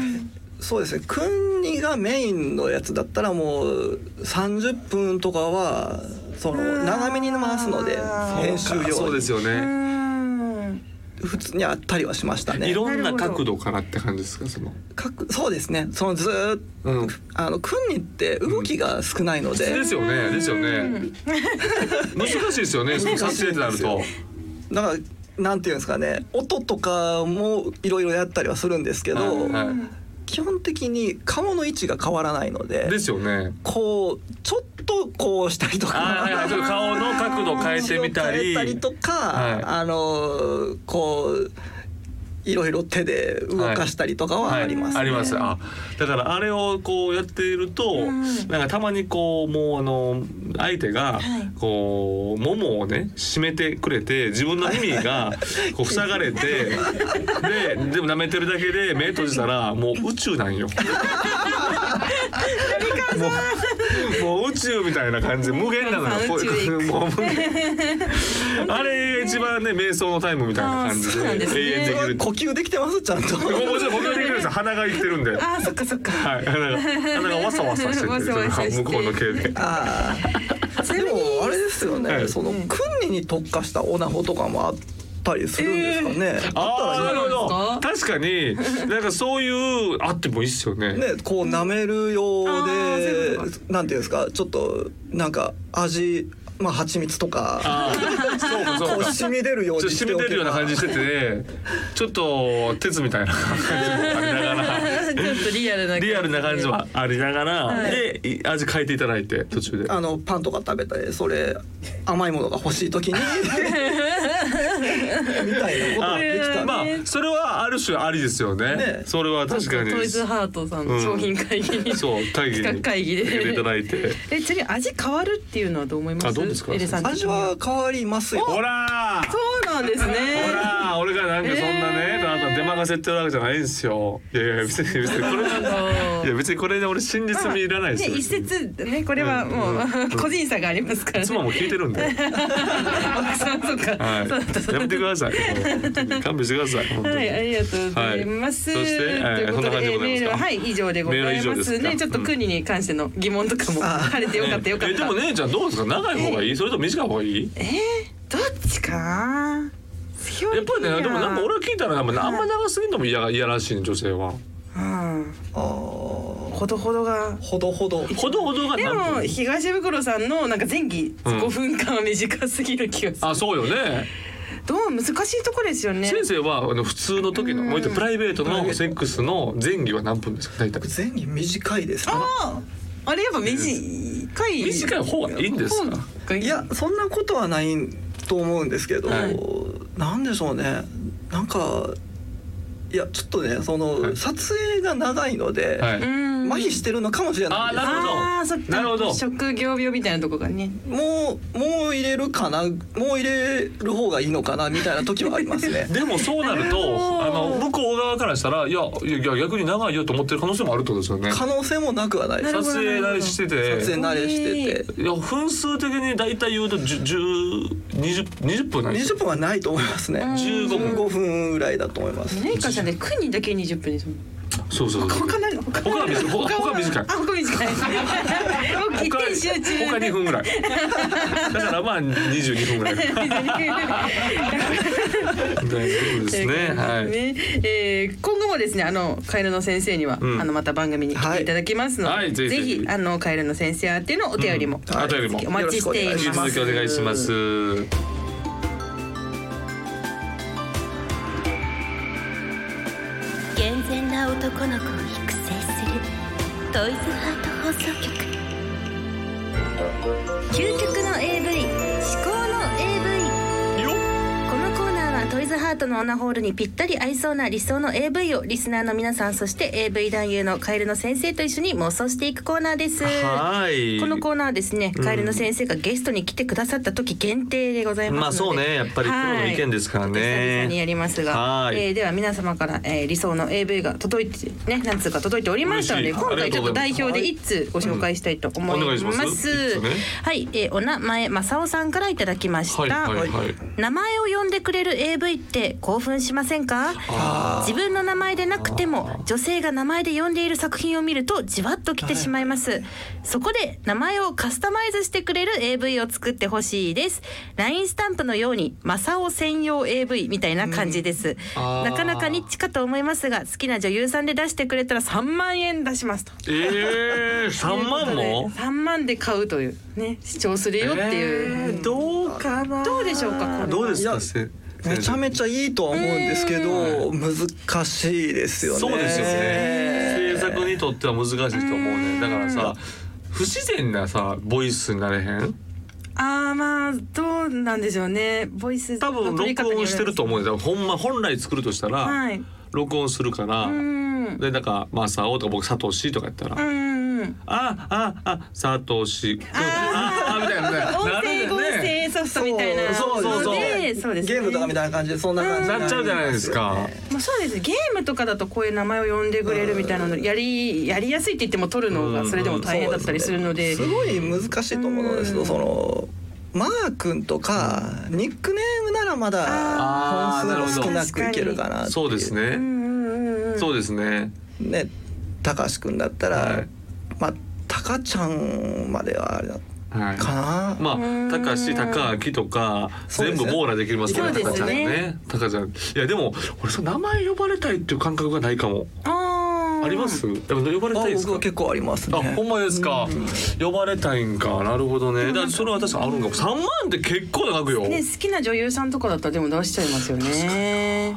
Speaker 3: そうですね国がメインのやつだったらもう30分とかはその長めに回すので
Speaker 1: あー
Speaker 3: 編集
Speaker 2: そう
Speaker 3: 用
Speaker 2: で
Speaker 3: に
Speaker 2: すよ
Speaker 1: う
Speaker 2: ね
Speaker 1: ーん
Speaker 3: 普通にあったりはしました
Speaker 2: い
Speaker 3: ね。
Speaker 2: ろんな角度からって感じですかその
Speaker 3: 各そうですねそのずーっと、
Speaker 2: うん
Speaker 3: あの訓練って動きが少ないので、
Speaker 2: ですよねですよね 難しいですよねその撮影ってなると
Speaker 3: だからなんていうんですかね音とかもいろいろやったりはするんですけど、
Speaker 2: はいは
Speaker 3: 基本的に顔の位置が変わらないので
Speaker 2: いですよね
Speaker 3: こうちょっとこうしたりとか。
Speaker 2: あはいはいちょっと顔の角度変えてみたり
Speaker 3: 変えたりとか、
Speaker 2: はい
Speaker 3: あのこういろいろ手で動かしたりとかはあります、ね
Speaker 2: はいありますあだからあれをこうやっていると、
Speaker 1: ん
Speaker 2: なんかたまにこうもうあの相手が
Speaker 1: はい
Speaker 2: こうももをね締めてくれて自分の耳がこう塞 がれてででも舐めてるだけで目閉じたらもう宇宙なんよ。もうもう宇宙みたいな感じで無限なのよ。こう
Speaker 1: 宇宙へ行く
Speaker 2: も う無限あれ一番ね瞑想のタイムみたいな感
Speaker 1: あー
Speaker 2: じ
Speaker 1: そうなんで
Speaker 2: で
Speaker 1: すね
Speaker 2: 永遠できるって
Speaker 3: 呼吸できてます ちゃんと。
Speaker 2: もうちょっと僕ができるんですよ鼻がいってるんで。は
Speaker 1: あーそっか そっか、
Speaker 2: い、鼻が、鼻がわさわさして
Speaker 1: わさわさ
Speaker 2: て、
Speaker 1: して
Speaker 2: 向こうの系で。
Speaker 3: あ
Speaker 1: ちな
Speaker 3: あで
Speaker 1: み
Speaker 3: も
Speaker 1: に
Speaker 3: あれですよね、
Speaker 2: はい
Speaker 3: その訓練に特化したオナホとかもあったりするんですかね。
Speaker 2: ああ、なるほ
Speaker 1: あ
Speaker 2: ど。
Speaker 1: っ
Speaker 2: 確かに、なんかそういう、あってもいいっすよね。
Speaker 3: ね、こう舐めるよう
Speaker 1: あーそうい
Speaker 3: で
Speaker 1: うこと、
Speaker 3: なんていうんですか、ちょっとなんか味、まあ蜂蜜とか、
Speaker 2: ああ、そうか、
Speaker 3: こ
Speaker 2: そう
Speaker 3: う
Speaker 2: か。
Speaker 3: 染み出るよう
Speaker 2: ちょっと
Speaker 3: にして
Speaker 2: 染
Speaker 3: お
Speaker 2: み
Speaker 3: けば
Speaker 2: てるような感じしてて、ちょっと鉄みたいな感じもありながら、
Speaker 1: ちょっとリアルな
Speaker 2: リアルな感じもありながら、
Speaker 1: はい
Speaker 2: でい味変えていただいて途中で
Speaker 3: あのパンとか食べたりそれ甘いものが欲しい時にみたいなことができたら
Speaker 2: まあそれはある種ありですよね
Speaker 3: ね
Speaker 2: それは確かに
Speaker 1: トイズハートさん
Speaker 2: う
Speaker 1: の
Speaker 2: ん
Speaker 1: 商品会議に、
Speaker 2: そう会議
Speaker 1: 企
Speaker 2: に
Speaker 1: 画会議で
Speaker 2: 出ていただいて
Speaker 1: え次味変わるっていうのはどう思います
Speaker 2: あどうですか
Speaker 1: エレさん的に
Speaker 3: 味は変わりますよ
Speaker 2: ほらー
Speaker 1: そうなんですね
Speaker 2: ほらー俺がなんかそんなね、
Speaker 1: えー
Speaker 2: あなた出任せってるわけじゃないんですよいやいや別に別にこれなんだいや別にこれで俺真実味いらないですよ、
Speaker 1: ね、一説ねこれはもう、
Speaker 2: うんうんうん
Speaker 1: 個人差がありますからね
Speaker 2: 妻も聞いてるん で、はい、
Speaker 1: 奥さんとか、
Speaker 2: やめてください本当に勘弁してください本当に
Speaker 1: はい、ありがとうございます。
Speaker 2: はいそしてはい
Speaker 1: というこ
Speaker 2: そん
Speaker 1: と
Speaker 2: な感じ
Speaker 1: で、
Speaker 2: で
Speaker 1: えーメー
Speaker 2: ございますか
Speaker 1: ルははい以上でござ
Speaker 2: メー
Speaker 1: い
Speaker 2: ルは以
Speaker 1: ま
Speaker 2: 上です
Speaker 1: す
Speaker 2: か
Speaker 1: ね。ちょっと国に関しての疑問とかも
Speaker 3: あー
Speaker 1: 晴れてよかったよかった。
Speaker 2: えでも姉ちゃんどうですか長い方がいい、それとも短い方がいい
Speaker 1: えー、どっちか。
Speaker 2: やっぱりねでもなんか俺は聞いたらなんかあんま長すぎるのも嫌が嫌らしいね女性は
Speaker 1: うん、
Speaker 3: あー
Speaker 1: ほどほどが。
Speaker 3: ほどほど
Speaker 2: ほどほどが
Speaker 1: で
Speaker 2: なん
Speaker 1: も
Speaker 2: か
Speaker 1: 東袋さんのなんか前期
Speaker 2: うん
Speaker 1: 5分間は短すぎる気がする。
Speaker 2: あそうよね
Speaker 1: どう難しいところですよね。
Speaker 2: 先生はあの普通の時のもう一回プライベートのセックスの前儀は何分ですか大体
Speaker 3: 前儀短いですね
Speaker 1: あーあれやっぱ短い。
Speaker 2: 短い方がいいんですか
Speaker 1: 方がい
Speaker 3: い
Speaker 1: い
Speaker 3: やそんなことはないと思うんですけど、
Speaker 2: はい
Speaker 3: なんでしょうねなんかいやちょっとねその、
Speaker 2: はい
Speaker 3: 撮影が長いので、
Speaker 2: はい、
Speaker 1: うん
Speaker 3: 麻痺してるのかもしれないで
Speaker 2: あーなるほど
Speaker 1: あーそっか
Speaker 2: なるほど
Speaker 1: 職業病みたいなとこがね
Speaker 3: すもうもう入れるかなもう入れる方がいいのかなみたいな時はあります ね
Speaker 2: でもそうなる
Speaker 1: なるほ
Speaker 2: と
Speaker 1: ど
Speaker 2: あの向こう側からしたらいやいやいや逆に長いよと思ってる可能性もあるってことですよね
Speaker 3: 可能性もなくはないで
Speaker 1: なる
Speaker 3: す
Speaker 2: 撮
Speaker 1: ほど
Speaker 2: 影慣れしてて
Speaker 3: 撮影慣れしてて
Speaker 2: いや分数的に大体言うと10 10 20分なんです
Speaker 3: 20分はないと思いますね
Speaker 2: 15分
Speaker 3: 15分ぐらいだと思います
Speaker 1: メーカーさんで9人だけ20分ですもん
Speaker 2: そうそうそう
Speaker 1: 他ないの他
Speaker 2: 他は短い他他は短い
Speaker 1: あ他短いもう一点集中
Speaker 2: 他2分ぐらいだからまあ22分ぐらいみたいなことですねはい
Speaker 1: ねえー今後もですねあのカエルの先生には、
Speaker 2: うん
Speaker 1: あのまた番組に来ていただきますので、
Speaker 2: はいはいぜ
Speaker 1: ぜ
Speaker 2: ひ
Speaker 1: ひ
Speaker 2: ぜひ
Speaker 1: あのカエルの先生宛てのお手寄りも、
Speaker 2: うんあとよりも
Speaker 1: お待ちしてい
Speaker 3: よ
Speaker 1: ま
Speaker 3: ろ
Speaker 1: す
Speaker 3: し
Speaker 2: 引き
Speaker 3: く
Speaker 2: 続きお願いします
Speaker 4: 健全な男の子を育成するトイズハート放送局究極の AV 至高の AV
Speaker 2: よ
Speaker 4: このコーナーはトイズハートのオナホールにぴったり合いそうな理想の AV をリスナーの皆さんそして AV 男優のカエルの先生と一緒に妄想していくコーナーです
Speaker 2: はい
Speaker 4: このコーナーはですね、カエルの先生がゲストに来てくださった時限定でござい
Speaker 2: ま
Speaker 4: ま
Speaker 2: あ
Speaker 4: す
Speaker 2: そ
Speaker 4: の
Speaker 2: う
Speaker 4: で、
Speaker 2: ねやっぱりプロの意見ですから
Speaker 4: 久々にや
Speaker 2: ね
Speaker 4: りますが
Speaker 2: は、い
Speaker 4: えーでは皆様から、えー理想の AV が届いてね何通か届いておりましたので
Speaker 2: 嬉しい
Speaker 4: 今回ちょっと
Speaker 2: あ
Speaker 4: 代
Speaker 2: りがとう
Speaker 4: 表
Speaker 2: ございます
Speaker 4: で1通ご紹介したいと思
Speaker 2: うんお願い
Speaker 4: い
Speaker 2: し
Speaker 4: ま,、
Speaker 2: ますす一通ね
Speaker 4: はい、えーお名前正雄さんからいただきました、
Speaker 2: はいはいはい
Speaker 4: 名前を呼んでくれる AV って興奮しませんか
Speaker 3: あ
Speaker 4: 自分の名前でなくても女性が名前で呼んでいる作品を見るとじわっときてしまいます、そこで名前をカスタマイズしてくれる AV を作ってほしいです LINE スタンプのようにマサオ専用 AV みたいな感じです、
Speaker 2: あー
Speaker 4: なかなかニッチかと思いますが好きな女優さんで出してくれたら3万円出しますと
Speaker 2: ええ3万も
Speaker 1: 3万で買うというね主張するよっていう、
Speaker 2: えーどうかな
Speaker 1: どうでしょうかこれ
Speaker 2: どうです
Speaker 3: い
Speaker 2: か
Speaker 3: や
Speaker 2: せ
Speaker 3: めちゃめちゃいいとは思うんですけど難しいですよね
Speaker 2: そうですよね制作にとっては難しいと思うねだからさ不自然なさボイスになれへん
Speaker 1: ああまあどうなんでしょうねボイス
Speaker 2: 多分
Speaker 1: の取り方に
Speaker 2: 録
Speaker 1: よ
Speaker 2: 音
Speaker 1: る
Speaker 2: してると思うんだよほんま本来作るとしたら、
Speaker 1: はい
Speaker 2: 録音するから
Speaker 1: うん
Speaker 2: でなんかまあさおとか僕佐藤氏とかやったら、
Speaker 1: う
Speaker 2: あ
Speaker 1: んうん
Speaker 2: ああ佐藤氏ああみたいなね
Speaker 1: 音
Speaker 2: なる
Speaker 1: 声合
Speaker 2: よね
Speaker 1: 成ソフトみたいな
Speaker 2: そうそうそう
Speaker 1: でそうですね
Speaker 3: ゲームとかみたいな感じでそんな感じ
Speaker 2: なっちゃうじゃないですか。
Speaker 1: まあそうですゲームとかだとこういう名前を呼んでくれるみたいなのやりやりやすいって言っても取るのがそれでも大変だったりするので。
Speaker 3: すごい難しいと思うんですけど、そのマー君とかニックネームならまだ
Speaker 2: あー
Speaker 3: 本数も少なくいけるかなってい
Speaker 2: そうですね、
Speaker 1: うんうんうんうん
Speaker 2: そうですね。
Speaker 3: ねたかし君だったら、
Speaker 2: はい
Speaker 3: まあたかちゃんまではあれだ
Speaker 2: はい。
Speaker 3: かな、
Speaker 2: まあ、たかし、たかあきとか、
Speaker 3: そう
Speaker 2: 全
Speaker 3: です
Speaker 2: 部
Speaker 3: ね
Speaker 2: 網羅できますから、
Speaker 1: そう
Speaker 2: た
Speaker 1: です
Speaker 2: か
Speaker 1: ね
Speaker 2: ちゃんね。たかちゃん。いや、でも、俺、その名前呼ばれたいっていう感覚がないかも。
Speaker 1: あー
Speaker 2: あります。でも呼ばれ
Speaker 3: あ
Speaker 2: たいです
Speaker 3: 僕
Speaker 2: か
Speaker 3: は。結構あります
Speaker 2: あ、
Speaker 3: ね
Speaker 2: ほんまですか。呼ばれたいんか、なるほどね。だから、それは確かにあるんかも。三万って結構な額よ。
Speaker 1: ね好きな女優さんとかだったらでも出しちゃいますよね。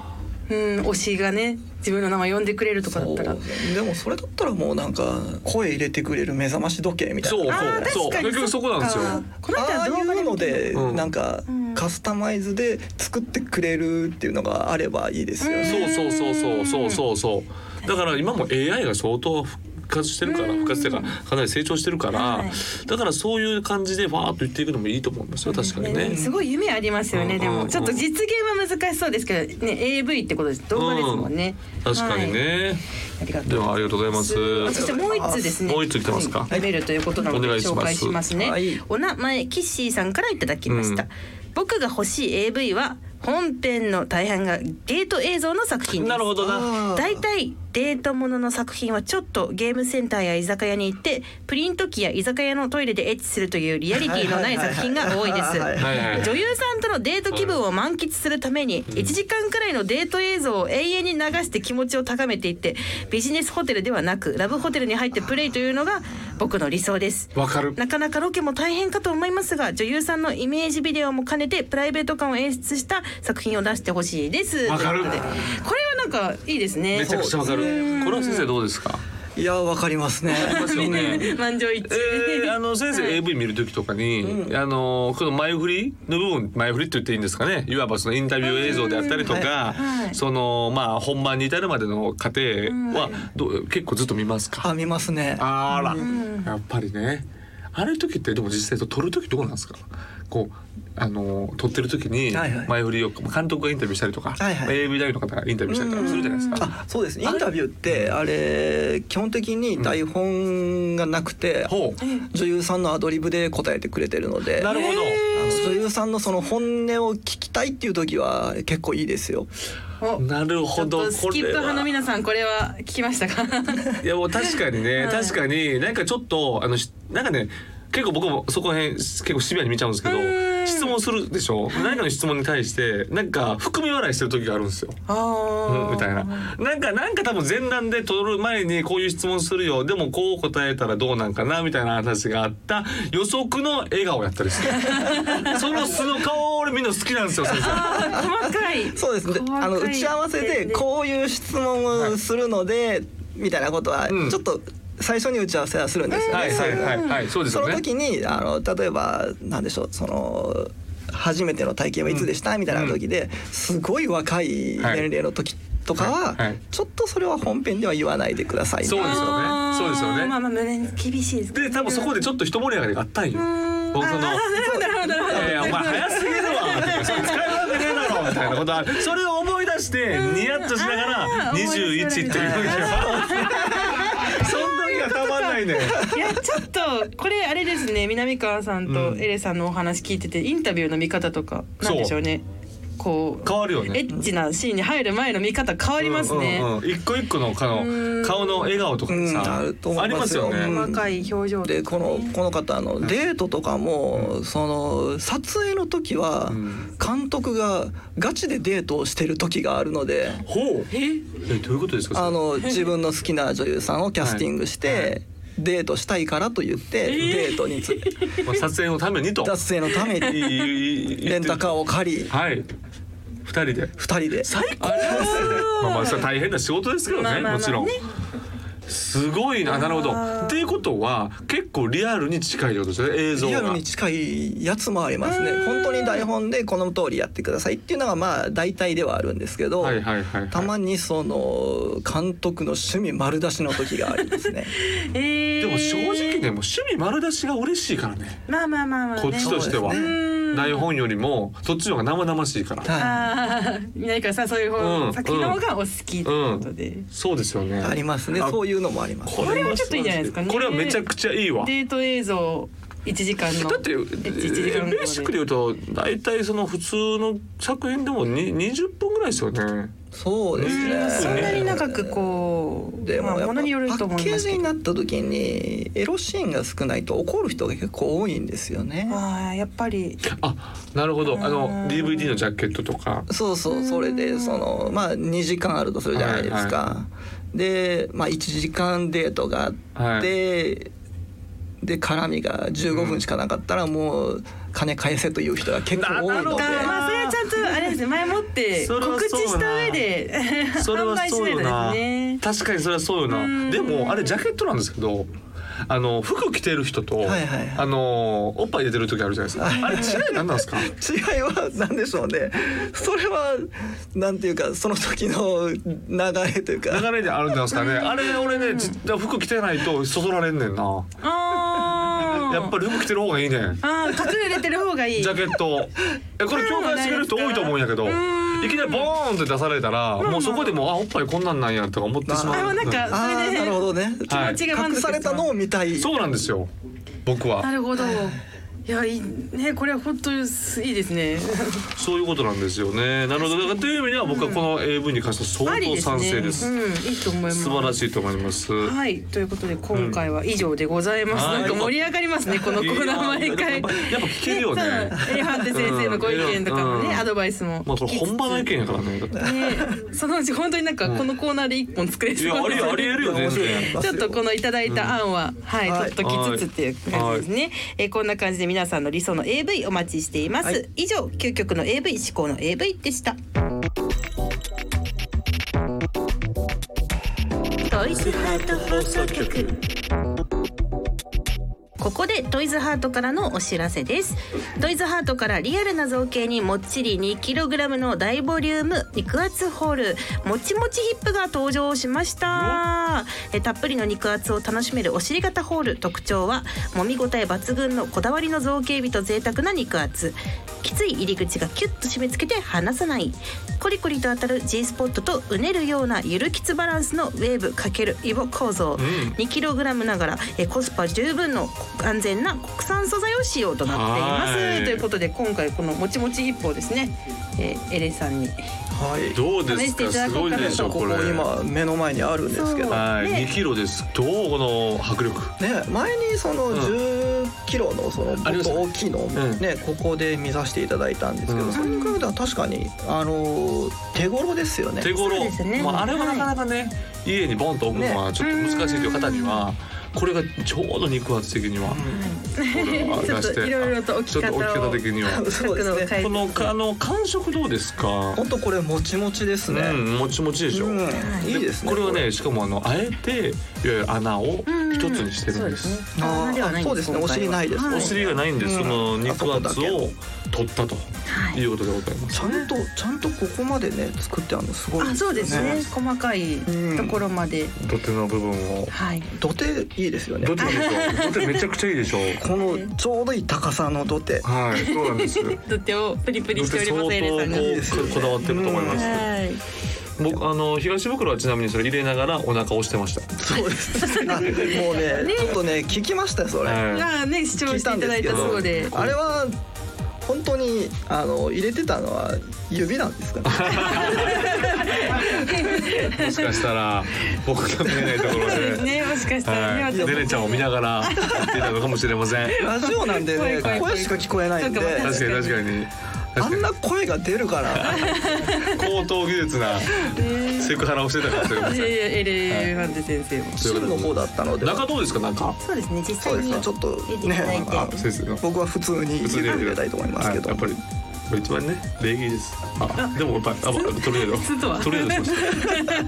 Speaker 1: うん推しがね自分の名前呼んでくれるとかだったら
Speaker 3: そうでもそれだったらもうなんか声入れてくれる目覚まし時計みたい
Speaker 2: そう
Speaker 3: な
Speaker 1: あー
Speaker 2: そうそう
Speaker 1: 確かに
Speaker 2: 結局そこなんですよ
Speaker 1: そっかこの間
Speaker 3: ああい
Speaker 1: 動画で
Speaker 3: うの
Speaker 1: 見て
Speaker 3: で
Speaker 2: うん
Speaker 3: なんか
Speaker 1: うん
Speaker 3: カスタマイズで作ってくれるっていうのがあればいいですよね。
Speaker 2: そうそうそうそうそうそうそうだから今も AI が相当復活してるから復活っていうかかなり成長してるから、
Speaker 1: はい
Speaker 2: だからそういう感じでファーッと言っていくのもいいと思いますよ確かにね。
Speaker 1: ねすごい夢ありますよね、
Speaker 2: うん
Speaker 1: で
Speaker 2: うんう
Speaker 1: も
Speaker 2: ん
Speaker 1: ちょっと実現は難しそうですけどね AV ってことです動画ですもんね、
Speaker 2: 確かに
Speaker 1: はい
Speaker 2: ね、
Speaker 1: ありがと
Speaker 2: で
Speaker 1: う
Speaker 2: はありがとうございます
Speaker 1: そしてもう一つですね。
Speaker 2: もう一通来てますか
Speaker 1: はいメールということなので
Speaker 2: お願いします
Speaker 1: 紹介しますね。
Speaker 3: はい
Speaker 1: お名前キッシーさんからいただきました。
Speaker 2: うん
Speaker 1: 僕が欲しい AV は本編の大半がデート映像の作品です。
Speaker 2: なるほどな
Speaker 3: あー
Speaker 1: 大体デートものの作品はちょっとゲームセンターや居酒屋に行ってプリント機や居酒屋のトイレでエッチするというリアリティのない作品が多いです
Speaker 3: はいはいはい
Speaker 2: はいはいはい
Speaker 1: 女優さんとのデート気分を満喫するために1時間くらいのデート映像を永遠に流して気持ちを高めていってビジネスホテルではなくラブホテルに入ってプレイというのが僕の理想です
Speaker 2: わかる
Speaker 1: なかなかロケも大変かと思いますが女優さんのイメージビデオも兼ねてプライベート感を演出した作品を出してほしいです
Speaker 2: わかる
Speaker 1: ということでこれはなんかいいですね
Speaker 2: めちゃくちゃわかるこれは先生どうですか
Speaker 3: いやわかりますね。
Speaker 2: ますよね
Speaker 1: 満場一致、
Speaker 2: えー、あの先生 AV 見る時とかに、あのこの前振りの部分前振りって言っていいんですかねいわばそのインタビュー映像であったりとか、そのまあ本番に至るまでの過程はどう結構ずっと見ますか、
Speaker 3: あ見ますね。
Speaker 2: あら、やっぱりねあれ時ってでも実際撮る時どうなんですかこうあの撮ってる時に
Speaker 3: はいはい
Speaker 2: 前振りを監督がインタビューしたりとか、
Speaker 3: はいはい
Speaker 2: まあ AV 大の方がインタビューしたりとかするじゃないですか。
Speaker 3: あそうですインタビューってあれ基本的に台本がなくて、
Speaker 2: ほう
Speaker 3: 女優さんのアドリブで答えてくれてるので
Speaker 2: なるほど、
Speaker 3: あの女優さんのその本音を聞きたいっていう時は結構いいですよ。
Speaker 1: お
Speaker 2: なる
Speaker 1: ちょ
Speaker 2: ほ
Speaker 1: っ
Speaker 2: ど
Speaker 1: とスキップ派の皆さんこれは聞きました か
Speaker 2: いやもう確かにね、確かになんかちょっとあのしなんかね結構僕もそこら辺結構シビアに見ちゃうんですけど質問するでしょ、何かの質問に対してなんか含み笑いしてる時があるんですよ。
Speaker 1: あ
Speaker 2: うんみたいななんかなんか多分前段で撮る前にこういう質問するよでもこう答えたらどうなんかなみたいな話があった予測の笑顔やったりするその素の顔俺見るの好きなんですよ先生
Speaker 1: 細かい
Speaker 3: そうですね。であの打ち合わせでこういう質問をするのでみたいなことは
Speaker 2: うん
Speaker 3: ちょっと最初に打ち合わせはするんですよね。
Speaker 2: はいはいはいはいそうです
Speaker 3: そ
Speaker 2: よ
Speaker 3: の
Speaker 2: ね
Speaker 3: 時にあの例えばなんでしょうその初めての体験はいつでした、みたいな時ですごい若い年齢の時とかは、
Speaker 2: はいはい
Speaker 3: ちょっとそれは本編では言わないでくださいね
Speaker 2: そうですよねそうですよね
Speaker 1: まあまあ胸に厳しいです
Speaker 2: で多分そこでちょっと一盛り上がりがあったんよ僕のいやいやお前早すぎるわとかそれ使えるわけねえだろみたいなことあるそれを思い出してニヤッとしながら
Speaker 1: あー思い
Speaker 2: 21
Speaker 1: 出
Speaker 2: っ
Speaker 1: さ
Speaker 2: てい
Speaker 1: れ
Speaker 2: う
Speaker 1: る
Speaker 2: 時は そん時はたまんないね
Speaker 1: いやちょっとこれあれですね南川さんとエレさんのお話聞いててインタビューの見方とかなんでしょうねこう
Speaker 2: 変わるよね
Speaker 1: エッチなシーンに入る前の見方変わりますね
Speaker 2: うんうんうん一個一個の顔の顔の笑顔とか
Speaker 3: うん
Speaker 2: さ
Speaker 3: あると思
Speaker 2: あ
Speaker 3: い
Speaker 2: りま
Speaker 3: ますす
Speaker 2: よ
Speaker 3: よ
Speaker 2: ね。
Speaker 3: うん
Speaker 1: 細かい表情
Speaker 3: でこのこの方あのデートとかもその撮影の時は
Speaker 2: ん
Speaker 3: 監督がガチでデートをしてる時があるので。
Speaker 2: ほうえどういうことですか。それ
Speaker 3: あの自分の好きな女優さんをキャスティングして、デートしたいからと言って、デートにつ
Speaker 2: まあ撮影のためにと。
Speaker 3: 脱税のた
Speaker 2: い
Speaker 3: め
Speaker 2: い
Speaker 3: に
Speaker 2: いいいい
Speaker 3: レンタカーを借り
Speaker 2: はい二人で。
Speaker 3: 二人で
Speaker 2: 最高ですね。まあまあそれは大変な仕事ですけど
Speaker 1: まあま
Speaker 2: ね
Speaker 1: あまあ
Speaker 2: もちろん
Speaker 1: ね。
Speaker 2: すごいななるほど。っていうことは結構リアルに近いってことですね映像
Speaker 3: リアル
Speaker 2: が
Speaker 3: に。近いやつもありますね本当に台本でこの通りやってくださいっていうのがまあ大体ではあるんですけど、
Speaker 2: はいはいはいはい
Speaker 3: たまにその監督の趣味丸出しの時がありま すね
Speaker 2: で
Speaker 1: で
Speaker 2: も正直ねもう趣味丸出しが嬉しいからね。
Speaker 1: まあまあまあまあね
Speaker 2: こっちとしては
Speaker 3: そうです
Speaker 1: うん
Speaker 2: 台本よりもそっちの方が生々しいから。
Speaker 3: は
Speaker 1: ああ南川さんそういう方、
Speaker 2: うん
Speaker 1: 作品の方がお好きということで、
Speaker 2: そうですよね。
Speaker 3: いありますね
Speaker 2: あ
Speaker 3: そういうのもあります
Speaker 2: こ
Speaker 1: れはちょっといいんじゃないですかね
Speaker 2: これはめちゃくちゃいいわ。だ
Speaker 1: デート映像一時間の
Speaker 2: ってえ
Speaker 1: 1時間
Speaker 2: ー
Speaker 1: 後
Speaker 2: ベ
Speaker 1: で
Speaker 2: ーシックで言うと大体その普通の作品でもに20分ぐらいですよね。
Speaker 3: そうです
Speaker 2: う
Speaker 3: ね
Speaker 2: ん
Speaker 1: そんなに長くこう
Speaker 3: でも
Speaker 1: ま
Speaker 3: やっ
Speaker 1: あ
Speaker 3: ぱ
Speaker 1: ものによると
Speaker 3: パ
Speaker 1: 思
Speaker 3: ッ
Speaker 1: い
Speaker 3: ケー
Speaker 1: ます
Speaker 3: ジ
Speaker 1: け
Speaker 3: に
Speaker 1: ど
Speaker 3: なった時にエロシーンが少ないと怒る人が結構多いんですよね。
Speaker 1: ああやっぱり
Speaker 2: あなるほどあの DVD のジャケットとか。
Speaker 3: そうそうそれでそのまあ2時間あるとするじゃないですか。でまあ1時間デートがあって、で絡みが15分しかなかったらもう金返せという人が結構多いので
Speaker 2: なるほど
Speaker 1: まあそれはちゃんとあれですね前もって
Speaker 2: それは
Speaker 1: 告知した上で
Speaker 2: そ れ
Speaker 1: 販
Speaker 2: は
Speaker 1: 売し
Speaker 2: そう
Speaker 1: ない
Speaker 2: よ
Speaker 1: とです
Speaker 2: な
Speaker 1: ね。
Speaker 2: 確かにそれはそうよなでもあれジャケットなんですけどあの服着てる人と、
Speaker 3: はいはいはい
Speaker 2: あのおっぱい入れてる時あるじゃないですかあれ違い何なんですか
Speaker 3: 違いは何でしょうねそれはなんていうかその時の流れというか
Speaker 2: 流れであるんで すかねあれ俺ねじ服着てないとそそられんねんな
Speaker 1: あ
Speaker 2: やっ
Speaker 1: り。
Speaker 2: ぱり服着てる方がいいねん
Speaker 1: ああ隠れてる方がいい。
Speaker 2: ジャケットえこれ共感してくれる人多いと思うんやけどい
Speaker 1: ん
Speaker 2: きなりボーンって出されたらもうそこでもうあおっぱいこんなんなんやとか思ってしまう
Speaker 3: あ
Speaker 1: もうなんか
Speaker 3: ああなるほどね
Speaker 2: はい
Speaker 1: 気持ちが満
Speaker 3: 隠
Speaker 1: 足してま
Speaker 3: さ
Speaker 1: す
Speaker 3: れたのを見たい
Speaker 2: そうなんですよ僕
Speaker 1: な
Speaker 2: は
Speaker 1: るほど。いやいいねこれは本当にいいですね。
Speaker 2: そういうことなんですよねなるほどだからという意味では僕はこの AV に関して
Speaker 1: あ
Speaker 2: は 相
Speaker 1: り
Speaker 2: 当
Speaker 1: です
Speaker 2: 賛
Speaker 1: ね。
Speaker 2: 成です
Speaker 1: うんいいと思います。
Speaker 2: 素晴ら
Speaker 1: い。
Speaker 2: しいと思います
Speaker 1: はいということで今回は以上でございます。
Speaker 2: はい
Speaker 1: なんか盛り上がりますねこのコーナー毎
Speaker 2: いや
Speaker 1: 回
Speaker 2: やっぱ。やっぱ聞けるよね
Speaker 1: ねそうエイハンテ先生のご意見とかも
Speaker 2: うん
Speaker 1: ねアドバイスも。
Speaker 2: まあこれ本場の意見やからねだって
Speaker 1: ね、そのうち本当になんかこのコーナーで一本作れ
Speaker 2: いや
Speaker 1: そ
Speaker 2: あ
Speaker 1: う
Speaker 2: りありえるよ全然
Speaker 1: ちょっとこのいただいた案は、はい、
Speaker 3: はい
Speaker 1: 取っときつつっていう感じですね。えーこんな感じで皆さんの理想の AV お待ちしています。
Speaker 3: はい
Speaker 1: 以上究極の AV 思考の AV でした。
Speaker 4: トイズハート放送局ここでトイズハートからのお知らせですトイズハートからリアルな造形にもっちり 2kg の大ボリューム肉厚ホールもちもちヒップが登場しましたえたっぷりの肉厚を楽しめるお尻型ホール特徴は揉み応え抜群のこだわりの造形美と贅沢な肉厚きつい入り口がキュッと締め付けて離さないコリコリと当たる G スポットとうねるようなゆるきつバランスのウェーブ×イボ構造、2kg ながらえコスパ十分の安全な国産素材を使用となっていま
Speaker 2: は
Speaker 1: す
Speaker 2: い
Speaker 1: ということで今回このもちもちヒップをですね、えーエレさ んに
Speaker 3: はい
Speaker 2: どうですかすごいでしょこ
Speaker 3: こ
Speaker 2: れ
Speaker 3: こ今目の前にあるんですけど
Speaker 1: そう
Speaker 2: はい、
Speaker 1: ね
Speaker 2: 2キロですどうこの迫力
Speaker 3: ね、前にその
Speaker 2: ん
Speaker 3: 10キロのそのもっ
Speaker 2: ありました
Speaker 3: と
Speaker 2: ね
Speaker 3: 大きいのを
Speaker 2: うん
Speaker 3: ね、ここで見させていただいたんですけど、
Speaker 2: うん
Speaker 3: それに比べたら確かにあの手頃ですよね。
Speaker 2: 手頃
Speaker 1: そうですね
Speaker 2: まあ、あれはなかなかね、家にボンと置くのはちょっと難しいという方には、これがちょうど肉厚的には、これは出して
Speaker 1: ちょっといろいろと置き方を
Speaker 2: ちょっと置き方的には
Speaker 3: うん、そうですね。
Speaker 2: このあの感触どうですか、
Speaker 3: 本当これもちもちですね。
Speaker 2: うんもちもちでしょ、
Speaker 3: うんいいですね。
Speaker 2: これはねしかもあのあえていわゆる穴を一つにしてるんです,、
Speaker 3: あー
Speaker 1: 穴ではないん
Speaker 3: そう
Speaker 1: で
Speaker 3: ですすね。お尻ないです、
Speaker 1: はい
Speaker 2: お尻がないんで、
Speaker 3: うん
Speaker 2: その肉厚を取ったということでございます、
Speaker 3: ちゃんとちゃんとここまでね作ってあるのすごい
Speaker 1: あそうですね細かいところまで、
Speaker 2: 土手の部分を
Speaker 1: はい
Speaker 3: 土手いいですよね
Speaker 2: 土手でしょ 土手めちゃくちゃいいでしょ
Speaker 3: このちょうどいい高さの土手
Speaker 2: はいそうなんですよ
Speaker 1: とってをプリプリしてお
Speaker 2: 相
Speaker 1: り
Speaker 2: 当こ
Speaker 1: ますエレさんが。
Speaker 3: いいですよ
Speaker 2: う
Speaker 3: ね
Speaker 2: こだわってると思います、
Speaker 1: はい
Speaker 2: 僕あの東袋はちなみにそれ入れながらお腹押してました。
Speaker 3: そうです ねあもうねちょっとね聞きましたよそれ、
Speaker 2: はい。
Speaker 1: がね視聴していただいたそうで
Speaker 3: あれは本当にあの入れてたのは指なんですかね。
Speaker 2: もしかしたら僕が見えないところ
Speaker 1: そうです
Speaker 2: で。
Speaker 1: ねもしかしたらね、
Speaker 2: はい、
Speaker 1: 私
Speaker 2: デレちゃんを見ながらやっていたのかもしれま せん。
Speaker 3: ラジオなんでね
Speaker 1: 声声
Speaker 3: 声しか聞こえないんで
Speaker 1: そうかも
Speaker 2: 確かに確かに。
Speaker 3: あん
Speaker 2: 確
Speaker 3: な声が出るから
Speaker 2: かに高等技術なセクハラをしてたかもしれま
Speaker 1: い
Speaker 2: せ
Speaker 1: や
Speaker 2: ん。
Speaker 1: いやエレファンテ先生も。
Speaker 2: という
Speaker 3: 真
Speaker 2: こ
Speaker 3: の
Speaker 2: と
Speaker 3: 方だったの
Speaker 2: で
Speaker 3: で
Speaker 2: 中どうですか中？
Speaker 4: そうですね実
Speaker 3: そ
Speaker 4: 際
Speaker 3: うです
Speaker 4: に
Speaker 3: ねちょっ
Speaker 4: 入
Speaker 3: と
Speaker 4: れていただい
Speaker 3: ね
Speaker 4: て
Speaker 3: あ
Speaker 2: 先生の。
Speaker 3: 僕は普通に
Speaker 2: 普通
Speaker 3: 入
Speaker 2: に
Speaker 3: れ
Speaker 2: やってて
Speaker 3: く
Speaker 2: く
Speaker 3: れ
Speaker 2: だ
Speaker 3: たいと思いますけ
Speaker 2: は
Speaker 3: ど、
Speaker 2: やっぱり。これ一番ね礼儀です。あでもやっぱりあトル ネ
Speaker 1: 普通と
Speaker 2: ード
Speaker 1: は
Speaker 2: トルネードし ました。やっ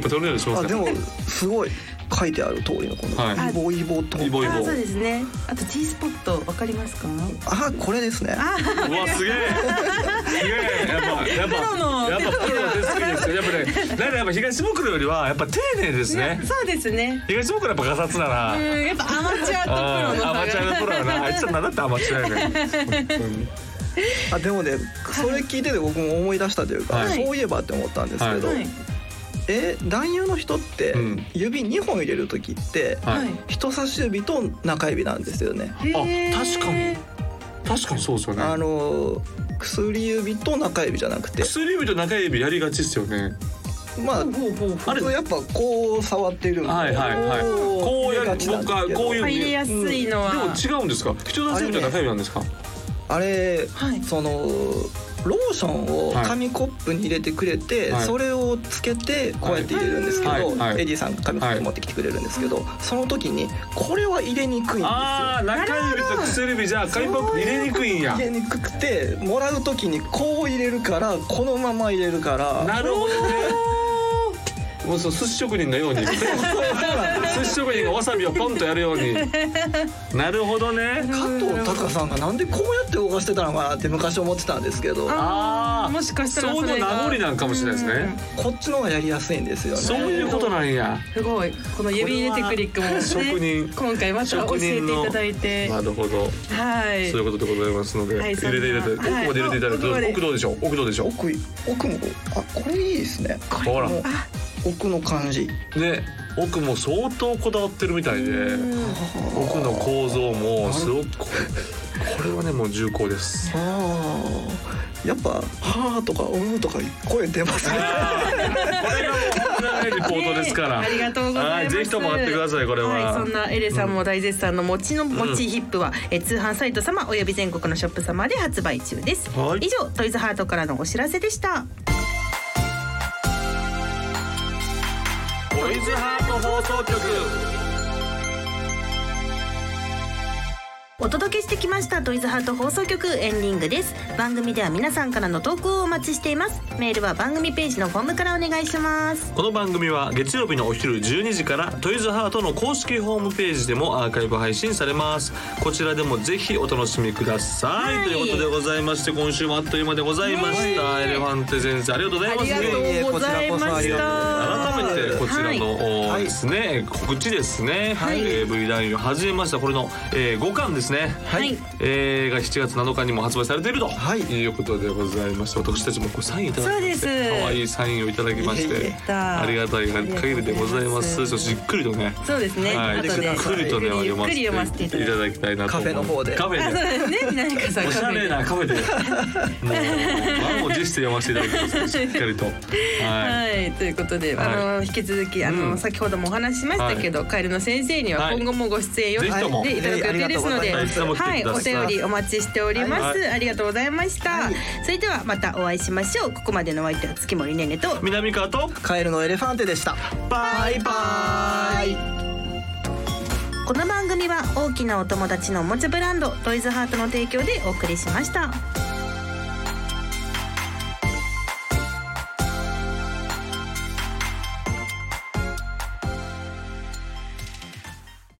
Speaker 2: ぱトルネードしま
Speaker 3: あ
Speaker 2: す
Speaker 3: で
Speaker 2: ね。
Speaker 3: もすごい書いてある通りのこ
Speaker 2: は
Speaker 3: のイボイボと、
Speaker 2: イボイ
Speaker 1: あ
Speaker 2: ボ。
Speaker 1: そうですね。あと G スポットわかりますか？
Speaker 3: あこれですね
Speaker 2: うわすげえ。すげえ。やっぱやっぱ
Speaker 1: プロの
Speaker 2: やっぱプロの手つきですよ。やっぱね、だからやっぱ東袋よりはやっぱ丁寧ですね。
Speaker 1: そうですね。
Speaker 2: 東袋やっぱガサツだな。
Speaker 1: うんやっぱアマチュアとプ
Speaker 2: あ
Speaker 1: ロ
Speaker 2: ー
Speaker 1: の
Speaker 2: アマチュア
Speaker 1: 差
Speaker 2: のプロ
Speaker 1: が。
Speaker 2: だな。あいつら何だってアマチュアやねん。
Speaker 3: あでもねそれ聞いてて僕も思い出したというか、
Speaker 2: はい
Speaker 3: そういえばって思ったんですけど、
Speaker 1: はい
Speaker 3: え男優の人って
Speaker 2: うん
Speaker 3: 指2本入れる時って、
Speaker 2: はい。
Speaker 3: 人差し指と中指なんですよね。
Speaker 1: へー
Speaker 2: あ確かに確かにそうですよ
Speaker 3: あ
Speaker 2: ね。
Speaker 3: の薬指と中指じゃなくて、
Speaker 2: 薬指と中指やりがちですよね。
Speaker 3: まあ
Speaker 1: ほうほうほう
Speaker 3: 普通やっぱこう触ってるんで、
Speaker 2: はいはいはい。こ
Speaker 3: こ
Speaker 2: う
Speaker 3: う
Speaker 2: や
Speaker 3: や
Speaker 2: る
Speaker 3: りがち
Speaker 2: 僕
Speaker 3: な
Speaker 2: は
Speaker 3: んですけど
Speaker 2: こういう
Speaker 1: 入れ
Speaker 2: で
Speaker 1: やすいのは。
Speaker 2: も違うんですか。人差し指と中指なんですか。
Speaker 3: あれ、
Speaker 1: はい
Speaker 3: そのローションを
Speaker 2: はい
Speaker 3: 紙コップに入れてくれて、
Speaker 2: はい
Speaker 3: それをつけてこうやって入れるんですけど、
Speaker 2: はいはい
Speaker 3: エディさんが紙コップ持ってきてくれるんですけど、その時にこれは入れにくいんですよ。
Speaker 2: ああ中指と薬指じゃ紙コップ入れにくいんや
Speaker 3: 入れにくくてもらう時にこう入れるからこのまま入れるから
Speaker 2: なるほどねもうそう寿司職人の ように寿司職人がわさびをポンとやるようになるほどね
Speaker 3: 加藤隆さんがなんでこうやって動かしてたのかなって昔思ってたんですけど
Speaker 2: ああ
Speaker 1: もしかしたら
Speaker 2: そ
Speaker 1: そ
Speaker 2: の
Speaker 1: れが
Speaker 2: 名残なんかもしれないですね
Speaker 3: こっちの方がやりやすいんですよね
Speaker 2: そういうことなんや
Speaker 1: すごいこの指入れテクニックも、ね、
Speaker 2: これは職人
Speaker 1: 今回また教えていただいて
Speaker 2: なるほど
Speaker 1: はい
Speaker 2: そういうことでございますので、
Speaker 1: はい
Speaker 2: 入れて入れて
Speaker 1: そ
Speaker 2: 奥
Speaker 1: んな
Speaker 2: まで入れていただいて、
Speaker 1: はい
Speaker 2: 奥どうでしょう奥どうでしょう
Speaker 3: 奥い奥もあこれいいですね
Speaker 2: ほら
Speaker 3: もう奥の感じ
Speaker 2: ね奥も相当こだわってるみたいで奥の構造もすごくこれはねもう重厚です
Speaker 3: あーやっぱ「はあ」とか「うん」とか声出ますね
Speaker 2: これがもうリポートですから、
Speaker 1: ねありがとうございます
Speaker 2: はぜひとも買ってくださいこれは、
Speaker 1: はい、そんなエレさんも大絶賛の餅の餅ヒップは、え通販サイト様および全国のショップ様で発売中です、
Speaker 2: はい
Speaker 1: 以上トイズハートからのお知らせでした
Speaker 2: トイズハート放送局
Speaker 1: お届けしてきましたトイズハート放送局エンディングです番組では皆さんからの投稿をお待ちしていますメールは番組ページのフォームからお願いします
Speaker 2: この番組は月曜日のお昼12時からトイズハートの公式ホームページでもアーカイブ配信されますこちらでもぜひお楽しみください、
Speaker 1: はい
Speaker 2: ということでございまして今週もあっという間でございました、エレファンテ先生ありがとうございます
Speaker 1: ありがとう
Speaker 3: いえいえこちらこそありがとうございます
Speaker 2: 改めてこちらの、
Speaker 3: はい
Speaker 2: おですね告知ですね、
Speaker 3: はい
Speaker 2: AV 男優始めましたこれの、え5巻ですね、
Speaker 1: はい
Speaker 2: えーが7月7日にも発売されていると、、
Speaker 3: はいいう
Speaker 2: ことでございまして私たちもこうサインいただきまし
Speaker 1: そう
Speaker 2: て
Speaker 1: です
Speaker 2: 可愛いサインをいただきまし
Speaker 3: いえい
Speaker 2: て
Speaker 3: え
Speaker 1: た
Speaker 2: ありがたい限りでござ
Speaker 1: ありがとうござ
Speaker 2: います
Speaker 1: います
Speaker 2: そうじっくりとね
Speaker 1: そうですね、
Speaker 2: はい、じ
Speaker 1: 後で
Speaker 2: っくりとね
Speaker 1: ゆ
Speaker 2: 読
Speaker 1: っくり読
Speaker 2: ま
Speaker 1: ま
Speaker 2: せ
Speaker 1: せ
Speaker 2: て
Speaker 1: て
Speaker 2: い
Speaker 1: い
Speaker 2: た
Speaker 1: た
Speaker 2: だ
Speaker 1: だき
Speaker 2: きたいなと思う
Speaker 3: カフェの方で
Speaker 2: カフ
Speaker 1: あそう
Speaker 2: ェで
Speaker 1: ですね何かさん
Speaker 2: おしゃれなカフェでも う満を持して読ませていただきますしっかりとはい
Speaker 1: はい、ということで、 あの引き続きあの、
Speaker 2: うん
Speaker 1: 先ほどもお話ししましたけど、カエルの先生には
Speaker 2: はい
Speaker 1: 今後もご出演よ
Speaker 2: ぜひとも
Speaker 1: でいただく予定ですので、
Speaker 3: はいありがとう
Speaker 2: ござ
Speaker 1: はいい、
Speaker 2: ま
Speaker 1: お
Speaker 2: す
Speaker 1: 便りお待ちしております。
Speaker 2: は
Speaker 1: ありがとうございました、
Speaker 3: はい
Speaker 1: それではまたお会いしましょう。ここまでのお相手は月森ねねと。
Speaker 2: 南川と
Speaker 3: カエルのエレファンテでした
Speaker 2: バイバイ
Speaker 1: この番組は大きなお友達のおもちゃブランドトイズハートの提供でお送りしました。